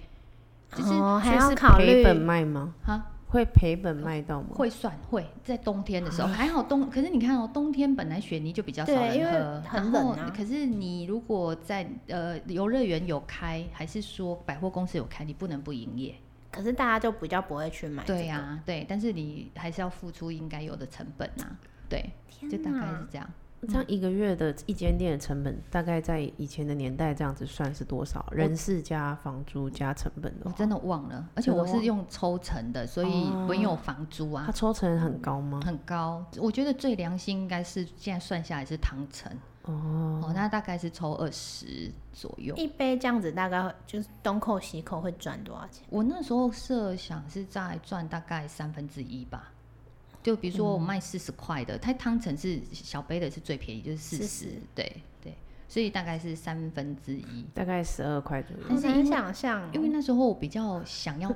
[SPEAKER 3] 就是
[SPEAKER 2] 哦，
[SPEAKER 1] 所
[SPEAKER 2] 还
[SPEAKER 1] 以
[SPEAKER 2] 要
[SPEAKER 1] 是
[SPEAKER 2] 考
[SPEAKER 1] 赔
[SPEAKER 2] 虑
[SPEAKER 1] 本卖吗？
[SPEAKER 3] 啊，
[SPEAKER 1] 会赔本卖到吗？
[SPEAKER 3] 会算会，在冬天的时候还好冬，可是你看哦，冬天本来雪泥就比较少
[SPEAKER 2] 嗯对
[SPEAKER 3] 人喝，
[SPEAKER 2] 因为很冷啊
[SPEAKER 3] 然后可是你如果在呃游乐园有开，还是说百货公司有开，你不能不营业。
[SPEAKER 2] 可是大家就比较不会去买、这
[SPEAKER 3] 对
[SPEAKER 2] 呀、
[SPEAKER 3] 呀、对，但是你还是要付出应该有的成本啊。对，
[SPEAKER 2] 天
[SPEAKER 3] 就大概
[SPEAKER 2] 哪
[SPEAKER 3] 是这样。
[SPEAKER 1] 这样一个月的一间店的成本，大概在以前的年代这样子算是多少？人事加房租加成本的
[SPEAKER 3] 我
[SPEAKER 1] 话，
[SPEAKER 3] 真的忘了，而且我
[SPEAKER 1] 真的
[SPEAKER 3] 是
[SPEAKER 1] 忘
[SPEAKER 3] 用抽成的，所以
[SPEAKER 1] 哦
[SPEAKER 3] 不用房租啊
[SPEAKER 1] 它，抽成很高吗？
[SPEAKER 3] 很高。我觉得最良心应该是现在算下来是唐城
[SPEAKER 1] 哦，
[SPEAKER 3] 哦，那大概是抽二十左右。
[SPEAKER 2] 一杯这样子大概就是东扣西扣会赚多少钱？
[SPEAKER 3] 我那时候设想是在赚大概三分之一吧。就比如说我卖四十块的，它汤臣是小杯的是最便宜，就是四
[SPEAKER 2] 40
[SPEAKER 3] 十，对对，所以大概是三分之一。
[SPEAKER 1] 大概十二块左右。
[SPEAKER 2] 好
[SPEAKER 3] 但是因
[SPEAKER 2] 难
[SPEAKER 3] 为
[SPEAKER 2] 想象哦，
[SPEAKER 3] 因为那时候我比较想要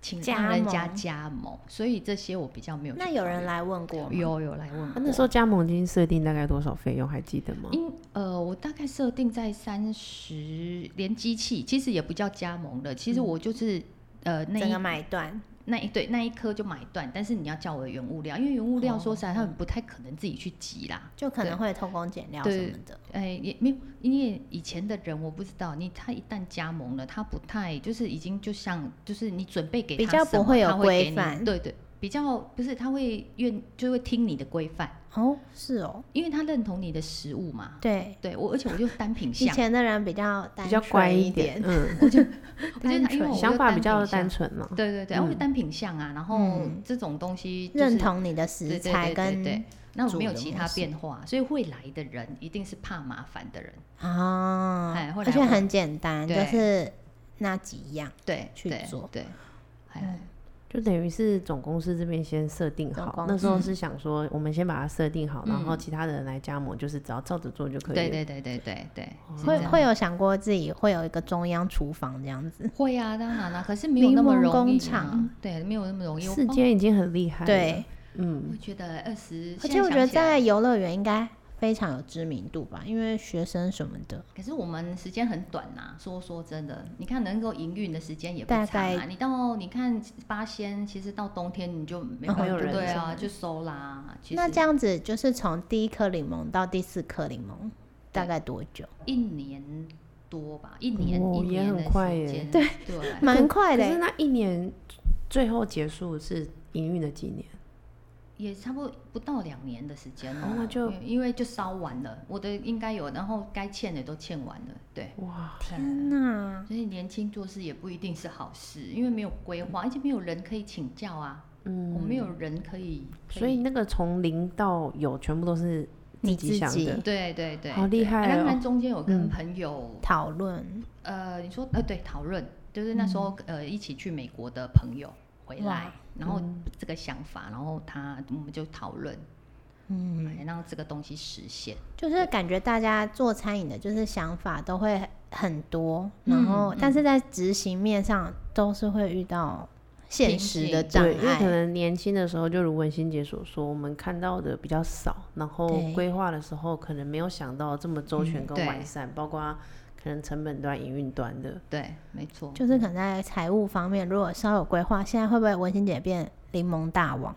[SPEAKER 3] 请让人家加盟，所以这些我比较没有去考
[SPEAKER 2] 那
[SPEAKER 3] 虑。
[SPEAKER 2] 有人来问过吗？
[SPEAKER 3] 有有来问
[SPEAKER 1] 啊
[SPEAKER 3] 过，
[SPEAKER 1] 那时候加盟金设定大概多少费用？还记得吗？
[SPEAKER 3] 因呃，我大概设定在三十，连机器其实也不叫加盟了，其实我就是、呃那
[SPEAKER 2] 整
[SPEAKER 3] 一
[SPEAKER 2] 个买断，
[SPEAKER 3] 那一对那一颗就买断，但是你要叫我的原物料，因为原物
[SPEAKER 2] 哦
[SPEAKER 3] 料说实在，他们不太可能自己去集啦。
[SPEAKER 2] 就可能会偷工减料什么的。
[SPEAKER 3] 哎、也没有，因为以前的人我不知道，你他一旦加盟了，他不太就是已经就像就是你准备给他
[SPEAKER 2] 比较
[SPEAKER 3] 什么
[SPEAKER 2] 不会有
[SPEAKER 3] 他会给
[SPEAKER 2] 规
[SPEAKER 3] 你
[SPEAKER 2] 范
[SPEAKER 3] 对对，比较不是他会愿就会听你的规范，
[SPEAKER 2] 哦，是哦，
[SPEAKER 3] 因为他认同你的食物嘛。
[SPEAKER 2] 对，
[SPEAKER 3] 对我，而且我就单品
[SPEAKER 2] 以
[SPEAKER 3] 项，
[SPEAKER 2] 前的人比较
[SPEAKER 1] 比
[SPEAKER 2] 单
[SPEAKER 1] 较乖
[SPEAKER 2] 纯
[SPEAKER 1] 一
[SPEAKER 2] 点，
[SPEAKER 1] 嗯，
[SPEAKER 3] 我就因为我就
[SPEAKER 1] 想法比较
[SPEAKER 3] 单品
[SPEAKER 1] 单
[SPEAKER 3] 项
[SPEAKER 1] 纯嘛。
[SPEAKER 3] 对对对，
[SPEAKER 1] 嗯
[SPEAKER 3] 我就单品项啊，然后
[SPEAKER 2] 嗯
[SPEAKER 3] 这种东西就是
[SPEAKER 2] 认同你的食
[SPEAKER 3] 对对
[SPEAKER 2] 材
[SPEAKER 3] 对对
[SPEAKER 2] 跟
[SPEAKER 3] 对那我没有
[SPEAKER 2] 煮的
[SPEAKER 3] 其
[SPEAKER 2] 模
[SPEAKER 3] 他
[SPEAKER 2] 式
[SPEAKER 3] 变化，所以会来的人一定是怕麻烦的人。
[SPEAKER 2] 啊
[SPEAKER 3] 哎，后
[SPEAKER 2] 而
[SPEAKER 3] 来
[SPEAKER 2] 且
[SPEAKER 3] 我
[SPEAKER 2] 很简单，就
[SPEAKER 3] 对
[SPEAKER 2] 是那几样
[SPEAKER 3] 对，
[SPEAKER 2] 去
[SPEAKER 3] 对
[SPEAKER 2] 做嗯
[SPEAKER 3] 对，哎，
[SPEAKER 1] 就等于是总公司这边先设定
[SPEAKER 2] 总
[SPEAKER 1] 好
[SPEAKER 2] 公，
[SPEAKER 1] 那时候是想说，我们先把它设定好，
[SPEAKER 3] 嗯
[SPEAKER 1] 然后其他的人来加盟，就是只要照着做就可以了。
[SPEAKER 3] 对对对对对对，是
[SPEAKER 2] 会
[SPEAKER 3] 这样
[SPEAKER 2] 会有想过自己会有一个中央厨房这样子，
[SPEAKER 3] 会啊，当然啦，可是没有那么
[SPEAKER 2] 柠檬
[SPEAKER 3] 容
[SPEAKER 2] 工
[SPEAKER 3] 易啊
[SPEAKER 2] 厂，
[SPEAKER 3] 对，没有那么容易。我
[SPEAKER 1] 四
[SPEAKER 3] 哦
[SPEAKER 1] 间已经很厉害了。
[SPEAKER 2] 对，，
[SPEAKER 1] 嗯，
[SPEAKER 3] 我觉得二十，
[SPEAKER 2] 而
[SPEAKER 3] 现
[SPEAKER 2] 且我
[SPEAKER 3] 想
[SPEAKER 2] 觉得
[SPEAKER 3] 起来
[SPEAKER 2] 在，游乐园应该非常有知名度吧，因为学生什么的，
[SPEAKER 3] 可是我们时间很短呐。说说真的，你看能够营运的时间也不
[SPEAKER 2] 大
[SPEAKER 3] 长啊。
[SPEAKER 2] 概
[SPEAKER 3] 你到你看八仙，其实到冬天你就没
[SPEAKER 1] 哦
[SPEAKER 3] 办法，
[SPEAKER 1] 有人
[SPEAKER 3] 对
[SPEAKER 1] 了
[SPEAKER 3] 啊，就收啦。其
[SPEAKER 2] 那
[SPEAKER 3] 实
[SPEAKER 2] 这样子就是从第一颗柠檬到第四颗柠檬大
[SPEAKER 3] 对
[SPEAKER 2] 概多久？
[SPEAKER 3] 一年多吧，一年、
[SPEAKER 1] 哦
[SPEAKER 3] 一
[SPEAKER 1] 也
[SPEAKER 3] 年
[SPEAKER 1] 很
[SPEAKER 3] 的
[SPEAKER 1] 快
[SPEAKER 3] 时
[SPEAKER 1] 耶
[SPEAKER 3] 间，
[SPEAKER 2] 对
[SPEAKER 3] 对，
[SPEAKER 2] 蛮快的
[SPEAKER 1] 可是
[SPEAKER 2] 欸，
[SPEAKER 1] 那一年最后结束是营运的几年？
[SPEAKER 3] 也差不多不到两年的时间
[SPEAKER 1] 哦
[SPEAKER 3] 哦，
[SPEAKER 1] 那就
[SPEAKER 3] 因为因为就烧完了，我的应该有，然后该欠的都欠完了，对。
[SPEAKER 1] 哇，
[SPEAKER 3] 嗯
[SPEAKER 2] 那
[SPEAKER 3] 所以年轻做事也不一定是好事，因为没有规划，而且没有人可以请教啊，我
[SPEAKER 1] 嗯，
[SPEAKER 3] 没有人可以，可
[SPEAKER 1] 所以那个从零到有，全部都是
[SPEAKER 2] 你
[SPEAKER 1] 己想
[SPEAKER 2] 己
[SPEAKER 1] 的
[SPEAKER 3] 对对对，
[SPEAKER 1] 好厉
[SPEAKER 3] 对
[SPEAKER 1] 害
[SPEAKER 3] 当
[SPEAKER 1] 哦
[SPEAKER 3] 然中间有
[SPEAKER 1] 嗯
[SPEAKER 3] 跟朋友
[SPEAKER 2] 讨论
[SPEAKER 3] 呃，你说呃，对，讨论就是那时候、
[SPEAKER 1] 嗯
[SPEAKER 3] 呃一起去美国的朋友回来
[SPEAKER 2] 哇，
[SPEAKER 3] 然后
[SPEAKER 1] 嗯
[SPEAKER 3] 这个想法，然后他我们就讨论，
[SPEAKER 2] 嗯，
[SPEAKER 3] 哎让这个东西实现。
[SPEAKER 2] 就是感觉大家做餐饮的，就是想法都会很多，
[SPEAKER 3] 嗯
[SPEAKER 2] 然后、
[SPEAKER 3] 嗯
[SPEAKER 2] 但是在执行面上都是会遇到现实的
[SPEAKER 3] 瓶颈
[SPEAKER 2] 障
[SPEAKER 1] 对，因为可
[SPEAKER 2] 碍。
[SPEAKER 1] 能年轻的时候，就如文心姐所说，我们看到的比较少，然后
[SPEAKER 2] 对
[SPEAKER 1] 规划的时候可能没有想到这么周全跟
[SPEAKER 3] 对
[SPEAKER 1] 完善，包括可能成本端、营运端的。
[SPEAKER 3] 对，没错。
[SPEAKER 2] 就是可能在财务方面，如果稍有规划，现在会不会文心姐变柠檬大王，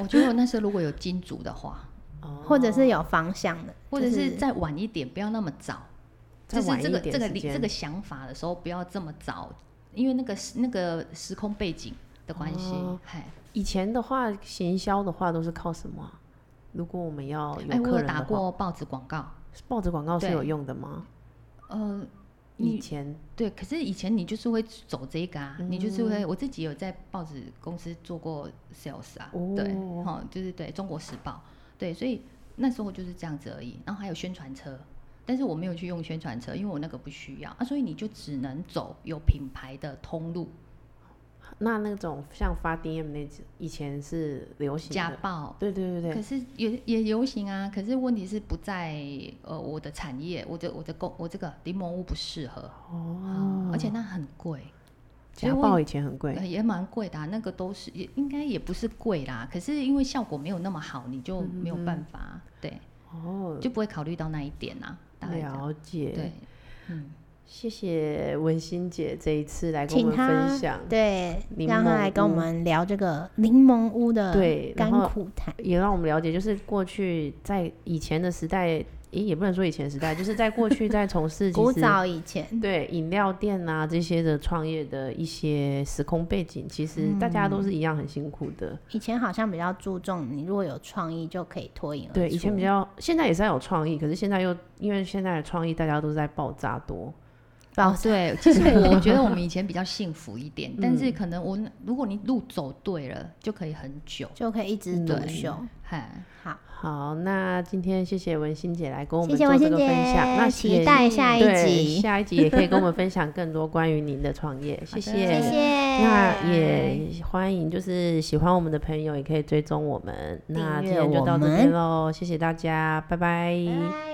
[SPEAKER 3] 我觉得我那时候如果有金主的话，
[SPEAKER 1] 哦
[SPEAKER 2] 或者是有方向的，
[SPEAKER 3] 或者
[SPEAKER 2] 就是
[SPEAKER 3] 再晚一点，不要那么早，
[SPEAKER 1] 再
[SPEAKER 3] 就是
[SPEAKER 1] 晚一
[SPEAKER 3] 这个
[SPEAKER 1] 点
[SPEAKER 3] 这个
[SPEAKER 1] 时
[SPEAKER 3] 理这
[SPEAKER 1] 间
[SPEAKER 3] 个想法的时候，不要这么早，因为那个时那个时空背景的关系
[SPEAKER 1] 哦，
[SPEAKER 3] 嗨、
[SPEAKER 1] 以前的话，行销的话都是靠什么啊、如果我们要
[SPEAKER 3] 哎，
[SPEAKER 1] 有
[SPEAKER 3] 我
[SPEAKER 1] 客
[SPEAKER 3] 有
[SPEAKER 1] 人
[SPEAKER 3] 打
[SPEAKER 1] 的话，
[SPEAKER 3] 过报纸广告，
[SPEAKER 1] 报纸广告是
[SPEAKER 3] 对
[SPEAKER 1] 有用的吗？
[SPEAKER 3] 呃，
[SPEAKER 1] 以
[SPEAKER 3] 你
[SPEAKER 1] 前
[SPEAKER 3] 对，可是以前你就是会走这个啊，你就是会，我自己有在报纸公司做过 sales 啊，对，
[SPEAKER 1] 哦
[SPEAKER 3] 哦，就是对《中国时报》，对，所以那时候就是这样子而已。然后还有宣传车，但是我没有去用宣传车，因为我那个不需要啊，所以你就只能走有品牌的通路，
[SPEAKER 1] 那那种像发 DM 那种以前是流行
[SPEAKER 3] 家
[SPEAKER 1] 的，
[SPEAKER 3] 暴。
[SPEAKER 1] 对对对
[SPEAKER 3] 可
[SPEAKER 1] 对，
[SPEAKER 3] 是也也流行啊，可是问题是不在呃我的产业，我的我的工我这个柠檬屋不适合，
[SPEAKER 1] 哦
[SPEAKER 3] 嗯，而且那很贵，所以
[SPEAKER 1] 家
[SPEAKER 3] 我
[SPEAKER 1] 暴以前很贵，
[SPEAKER 3] 呃也蛮贵的、啊，那个都是也应该也不是贵啦，可是因为效果没有那么好，你就没
[SPEAKER 1] 嗯
[SPEAKER 3] 有办法，对，
[SPEAKER 1] 哦，
[SPEAKER 3] 就不会考虑到那一点啊，大概这样。
[SPEAKER 1] 了解，
[SPEAKER 3] 对，嗯，
[SPEAKER 1] 谢谢文心姐这一次来跟我
[SPEAKER 2] 请
[SPEAKER 1] 们
[SPEAKER 2] 他
[SPEAKER 1] 分享，
[SPEAKER 2] 对，
[SPEAKER 1] 柠
[SPEAKER 2] 让他
[SPEAKER 1] 檬
[SPEAKER 2] 来跟我
[SPEAKER 1] 屋
[SPEAKER 2] 们聊这个柠檬屋的
[SPEAKER 1] 对然
[SPEAKER 2] 甘
[SPEAKER 1] 后
[SPEAKER 2] 苦谈。
[SPEAKER 1] 也让我们了解，就是过去在以前的时代，诶，也不能说以前时代，就是在过去在从事 其
[SPEAKER 2] 古
[SPEAKER 1] 实
[SPEAKER 2] 早以前，
[SPEAKER 1] 对饮料店啊这些的创业的一些时空背景，其实大家
[SPEAKER 3] 嗯
[SPEAKER 1] 都是一样很辛苦的。
[SPEAKER 2] 以前好像比较注重你如果有创意就可以脱颖而出。
[SPEAKER 1] 对，以前比较，现在也是要有创意，可是现在又因为现在的创意大家都在爆炸多，
[SPEAKER 2] 爆
[SPEAKER 3] 哦，对，其实我觉得我们以前比较幸福一点，但是可能我如果你路走对了，就可以很久。
[SPEAKER 2] 就可以一枝独
[SPEAKER 1] 嗯对
[SPEAKER 2] 秀。
[SPEAKER 3] 嗨，
[SPEAKER 2] 好，
[SPEAKER 1] 好，那今天谢谢文心姐来跟我们
[SPEAKER 2] 谢谢
[SPEAKER 1] 做
[SPEAKER 2] 文
[SPEAKER 1] 这
[SPEAKER 2] 心
[SPEAKER 1] 个分
[SPEAKER 2] 姐
[SPEAKER 1] 享，那
[SPEAKER 2] 期
[SPEAKER 1] 也
[SPEAKER 2] 待下一
[SPEAKER 1] 对
[SPEAKER 2] 集
[SPEAKER 1] 下一集也可以跟我们分享更多关于您的创 业，谢
[SPEAKER 3] 的
[SPEAKER 1] 谢，
[SPEAKER 2] 谢谢。
[SPEAKER 1] 那也欢迎就是喜欢我们的朋友也可以追踪我们，那今
[SPEAKER 2] 订阅
[SPEAKER 1] 天就
[SPEAKER 2] 我
[SPEAKER 1] 到这边
[SPEAKER 2] 们
[SPEAKER 1] 喽，谢谢大家，拜拜
[SPEAKER 2] 拜拜。